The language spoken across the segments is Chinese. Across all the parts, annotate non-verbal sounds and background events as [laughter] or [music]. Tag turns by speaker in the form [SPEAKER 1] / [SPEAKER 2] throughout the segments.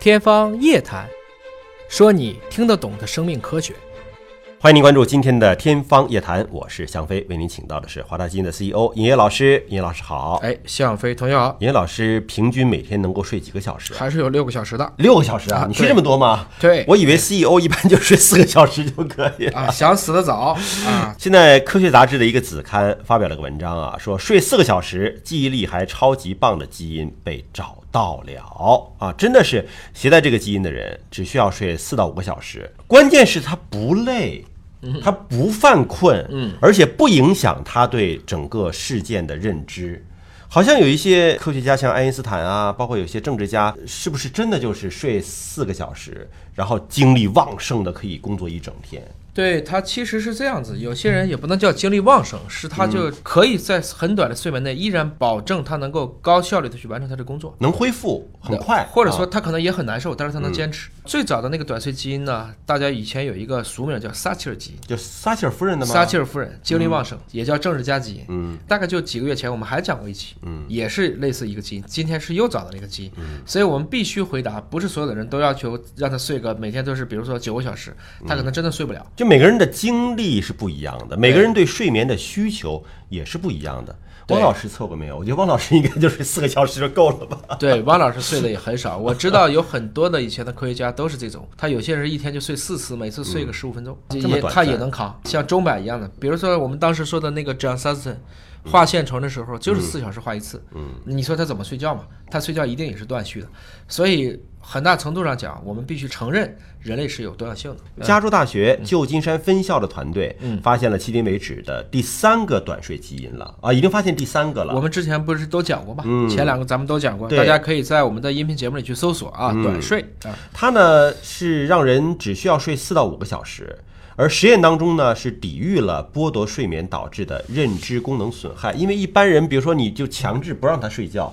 [SPEAKER 1] 天方夜谭，说你听得懂的生命科学。
[SPEAKER 2] 欢迎您关注今天的《天方夜谭》，我是向飞，为您请到的是华大基因的 CEO 尹烨老师。尹烨老师好，
[SPEAKER 1] 哎，向飞同学好，
[SPEAKER 2] 尹烨老师平均每天能够睡几个小时啊？
[SPEAKER 1] 还是有六个小时的
[SPEAKER 2] 六个小时啊？
[SPEAKER 1] 啊
[SPEAKER 2] 你睡
[SPEAKER 1] 对
[SPEAKER 2] 这么多吗？
[SPEAKER 1] 对
[SPEAKER 2] 我以为 CEO 一般就睡四个小时就可以了。
[SPEAKER 1] 啊，想死得早啊，
[SPEAKER 2] 现在科学杂志的一个子刊发表了个文章啊，说睡四个小时，记忆力还超级棒的基因被找到了啊！真的是携带这个基因的人，只需要睡四到五个小时，关键是他不累。
[SPEAKER 1] 嗯
[SPEAKER 2] 他不犯困，嗯，而且不影响他对整个事件的认知。好像有一些科学家，像爱因斯坦啊，包括有些政治家，是不是真的就是睡四个小时，然后精力旺盛的可以工作一整天？
[SPEAKER 1] 对他其实是这样子，有些人也不能叫精力旺盛，是他就可以在很短的睡眠内依然保证他能够高效率的去完成他的工作。
[SPEAKER 2] 能恢复很快，
[SPEAKER 1] 或者说
[SPEAKER 2] 啊
[SPEAKER 1] 他可能也很难受，但是他能坚持。最早的那个短睡基因呢，大家以前有一个俗名叫撒切尔基因，
[SPEAKER 2] 就撒切尔夫人的吗？
[SPEAKER 1] 撒切尔夫人精力旺盛，也叫政治家基因。嗯，大概就几个月前我们还讲过一期，嗯，也是类似一个基因，今天是又找到了一个基因，嗯，所以我们必须回答，不是所有的人都要求让他睡个每天都是，比如说九个小时，他可能真的睡不了。
[SPEAKER 2] 就每个人的经历是不一样的，每个人对睡眠的需求也是不一样的。
[SPEAKER 1] 对
[SPEAKER 2] 汪老师测过没有？我觉得汪老师应该就是四个小时就够了吧。
[SPEAKER 1] [laughs] 对，汪老师睡的也很少，我知道有很多的以前的科学家都是这种，他有些人一天就睡四次，每次睡个十五分钟，
[SPEAKER 2] 嗯这么
[SPEAKER 1] 也
[SPEAKER 2] 短
[SPEAKER 1] 他也
[SPEAKER 2] 暂
[SPEAKER 1] 能扛，像钟摆一样的。比如说我们当时说的那个 John Sutton，画
[SPEAKER 2] 嗯
[SPEAKER 1] 线虫的时候就是四小时画一次，嗯，你说他怎么睡觉嘛？他睡觉一定也是断续的，所以很大程度上讲，我们必须承认人类是有多样性的。
[SPEAKER 2] 加州大学
[SPEAKER 1] 嗯
[SPEAKER 2] 旧金山分校的团队发现了迄今为止的第三个短睡基因了啊，已经发现第三个
[SPEAKER 1] 我
[SPEAKER 2] 了。
[SPEAKER 1] 们之前不是都讲过嘛，前两个咱们都讲过，
[SPEAKER 2] 嗯对嗯
[SPEAKER 1] 大家可以在我们的音频节目里去搜索啊，短睡啊，
[SPEAKER 2] 它呢是让人只需要睡四到五个小时。而实验当中呢，是抵御了剥夺睡眠导致的认知功能损害，因为一般人，比如说你就强制不让他睡觉，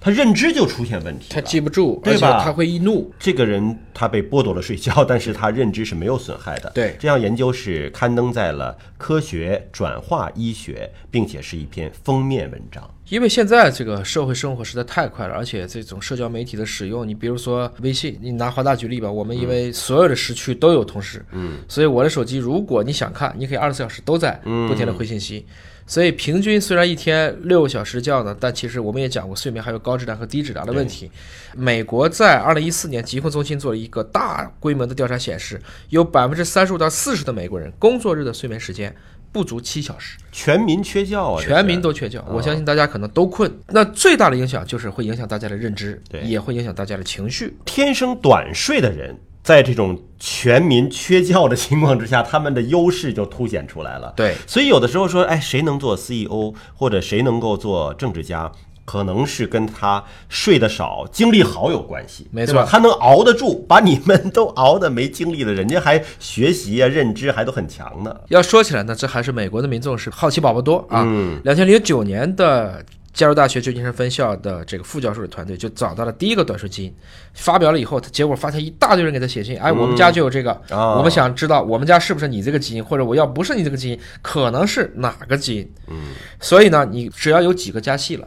[SPEAKER 2] 他认知就出现问题了。
[SPEAKER 1] 记不住
[SPEAKER 2] 对吧
[SPEAKER 1] 会易怒，
[SPEAKER 2] 这个人他被剥夺了睡觉，但是他认知是没有损害的。
[SPEAKER 1] 对
[SPEAKER 2] 这项研究是刊登在了《科学转化医学》，并且是一篇封面文章。
[SPEAKER 1] 因为现在这个社会生活实在太快了，而且这种社交媒体的使用，你比如说微信，你拿华大举例吧，我们因为所有的时区都有同事，嗯，所以我的手机如果你想看，你可以二十四小时都在不停的回信息，所以平均虽然一天六个小时觉呢，但其实我们也讲过，睡眠还有高质量和低质量的问题。美国在二零一四年疾控中心做了一个大规模的调查，显示有百分之三十五到四十的美国人工作日的睡眠时间不足七小时。
[SPEAKER 2] 全民缺觉啊，这是
[SPEAKER 1] 全民都缺觉，我相信大家可能都困。那最大的影响就是会影响大家的认知，
[SPEAKER 2] 对
[SPEAKER 1] 也会影响大家的情绪。
[SPEAKER 2] 天生短睡的人，在这种全民缺觉的情况之下，他们的优势就凸显出来了。
[SPEAKER 1] 对
[SPEAKER 2] 所以有的时候说，哎，谁能做 CEO 或者谁能够做政治家，可能是跟他睡得少、精力好有关系。
[SPEAKER 1] 没错
[SPEAKER 2] 对吧他能熬得住，把你们都熬得没精力了，人家还学习啊、认知还都很强呢。
[SPEAKER 1] 要说起来呢，这还是美国的民众是好奇宝宝多啊。
[SPEAKER 2] 嗯
[SPEAKER 1] 两千零九年的加州大学旧金山分校的这个副教授的团队就找到了第一个短睡基因，发表了以后，他结果发现一大堆人给他写信，哎，我们家就有这个，
[SPEAKER 2] 啊
[SPEAKER 1] 我们想知道我们家是不是你这个基因，或者我要不是你这个基因，可能是哪个基因。嗯，所以呢，你只要有几个加系了。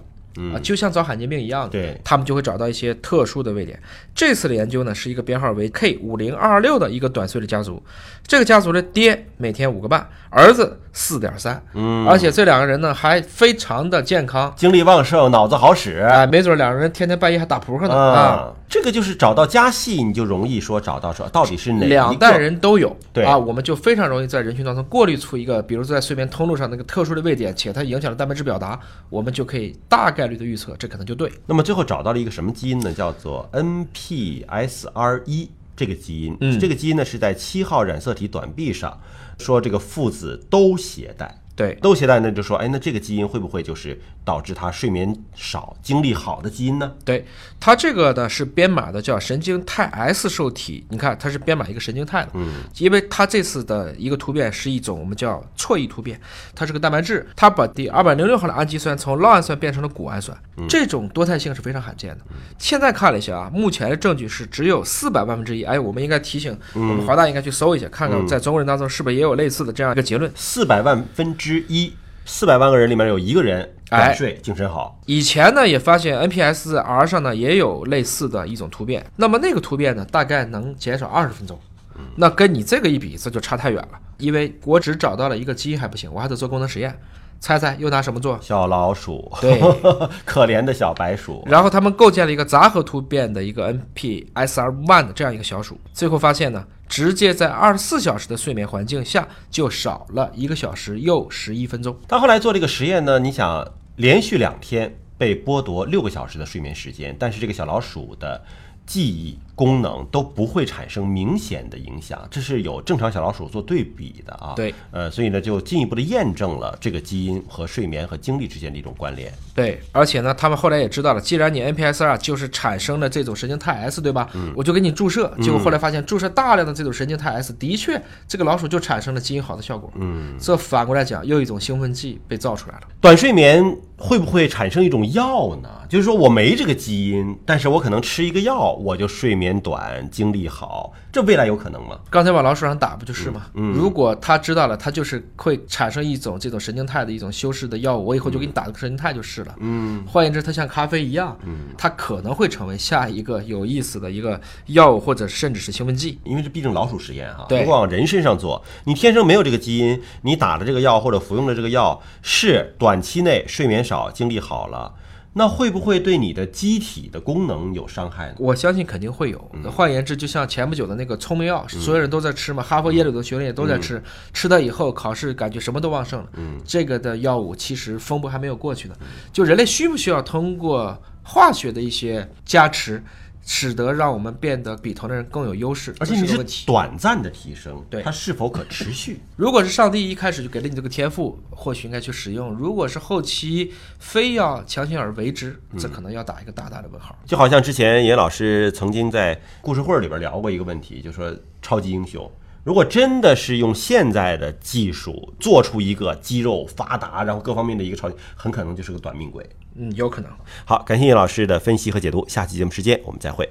[SPEAKER 1] 啊，就像找罕见病一样的，
[SPEAKER 2] 嗯对
[SPEAKER 1] 他们就会找到一些特殊的位点。这次的研究呢，是一个编号为 K 五零二六的一个短穗的家族，这个家族的爹每天五个半，儿子四点三，嗯，而且这两个人呢还非常的健康，
[SPEAKER 2] 精力旺盛，脑子好使。
[SPEAKER 1] 哎，没准两个人天天半夜还打扑克呢啊。
[SPEAKER 2] 啊，这个就是找到家系，你就容易说找到说到底是哪一个
[SPEAKER 1] 啊两代人都有，
[SPEAKER 2] 对
[SPEAKER 1] 啊，我们就非常容易在人群当中过滤出一个，比如说在睡眠通路上那个特殊的位点，且它影响了蛋白质表达，我们就可以大概率的预测，这可能就对。
[SPEAKER 2] 那么最后找到了一个什么基因呢？叫做 NPSR 一这个基因。
[SPEAKER 1] 嗯
[SPEAKER 2] 这个基因呢是在七号染色体短臂上，说这个父子都携带。
[SPEAKER 1] 对，
[SPEAKER 2] 都携带呢，就说，哎，那这个基因会不会就是导致他睡眠少、精力好的基因呢？
[SPEAKER 1] 对，它这个呢是编码的，叫神经肽 S 受体。你看，它是编码一个神经肽的，嗯，因为它这次的一个突变是一种我们叫错译突变，它是个蛋白质，它把第二百零六号的氨基酸从酪氨酸变成了谷氨酸，这种多态性是非常罕见的。现在看了一下啊，目前的证据是只有四百万分之一。哎，我们应该提醒我们华大应该去搜一下，看看在中国人当中是不是也有类似的这样一个结论。
[SPEAKER 2] 四百万分之一四百万个人里面有一个人
[SPEAKER 1] 哎
[SPEAKER 2] 晚睡精神好，
[SPEAKER 1] 以前呢，也发现 NPS R 上呢也有类似的一种突变，那么那个突变呢，大概能减少二十分钟。那跟你这个一比，这就差太远了。因为我只找到了一个基因还不行，我还得做功能实验。猜猜又拿什么做？
[SPEAKER 2] 小老鼠，
[SPEAKER 1] 对，
[SPEAKER 2] [laughs] 可怜的小白鼠，
[SPEAKER 1] 然后他们构建了一个杂合突变的一个 NPSR one 的这样一个小鼠，最后发现呢，直接在二十四小时的睡眠环境下就少了一个小时又十一分钟。
[SPEAKER 2] 他后来做这个实验呢，你想连续两天被剥夺六个小时的睡眠时间，但是这个小老鼠的记忆功能都不会产生明显的影响，这是有正常小老鼠做对比的啊。
[SPEAKER 1] 对，
[SPEAKER 2] 呃，所以呢，就进一步的验证了这个基因和睡眠和精力之间的一种关联。
[SPEAKER 1] 对，而且呢，他们后来也知道了，既然你 NPSR 啊就是产生了这种神经肽 S，对吧？我就给你注射，结果后来发现注射大量的这种神经肽 S，的确，这个老鼠就产生了基因好的效果。嗯，这反过来讲，又一种兴奋剂被造出来了。
[SPEAKER 2] 短睡眠会不会产生一种药呢？就是说我没这个基因，但是我可能吃一个药，我就睡眠短、精力好，这未来有可能吗？
[SPEAKER 1] 刚才往老鼠上打不就是吗？如果他知道了，他就是会产生一种这种神经肽的一种修饰的药物，我以后就给你打个神经肽就是了。嗯，换言之，它像咖啡一样，它可能会成为下一个有意思的一个药物，或者甚至是兴奋剂。
[SPEAKER 2] 因为这毕竟老鼠实验哈、
[SPEAKER 1] 对
[SPEAKER 2] 如果往人身上做，你天生没有这个基因，你打了这个药或者服用了这个药，是短期内睡眠少、精力好了，那会不会对你的机体的功能有伤害呢？
[SPEAKER 1] 我相信肯定会有。
[SPEAKER 2] 嗯
[SPEAKER 1] 换言之，就像前不久的那个聪明药，所有人都在吃嘛，哈佛、耶鲁的学生也都在吃，
[SPEAKER 2] 嗯
[SPEAKER 1] 吃了以后考试感觉什么都旺盛了。这个的药物其实风波还没有过去呢。就人类需不需要通过化学的一些加持，使得让我们变得比同龄人更有优势？
[SPEAKER 2] 而且
[SPEAKER 1] 这
[SPEAKER 2] 你
[SPEAKER 1] 个
[SPEAKER 2] 是
[SPEAKER 1] 问题。
[SPEAKER 2] 短暂的提升，
[SPEAKER 1] 对
[SPEAKER 2] 它是否可
[SPEAKER 1] [laughs]
[SPEAKER 2] 持续？
[SPEAKER 1] 如果是上帝一开始就给了你这个天赋，或许应该去使用；如果是后期非要强行而为之，这
[SPEAKER 2] 嗯
[SPEAKER 1] 可能要打一个大大的问号。
[SPEAKER 2] 就好像之前严老师曾经在故事会儿里边聊过一个问题，就说超级英雄如果真的是用现在的技术做出一个肌肉发达，然后各方面的一个超级，很可能就是个短命鬼。
[SPEAKER 1] 嗯，有可能。
[SPEAKER 2] 好，感谢叶老师的分析和解读，下期节目时间我们再会。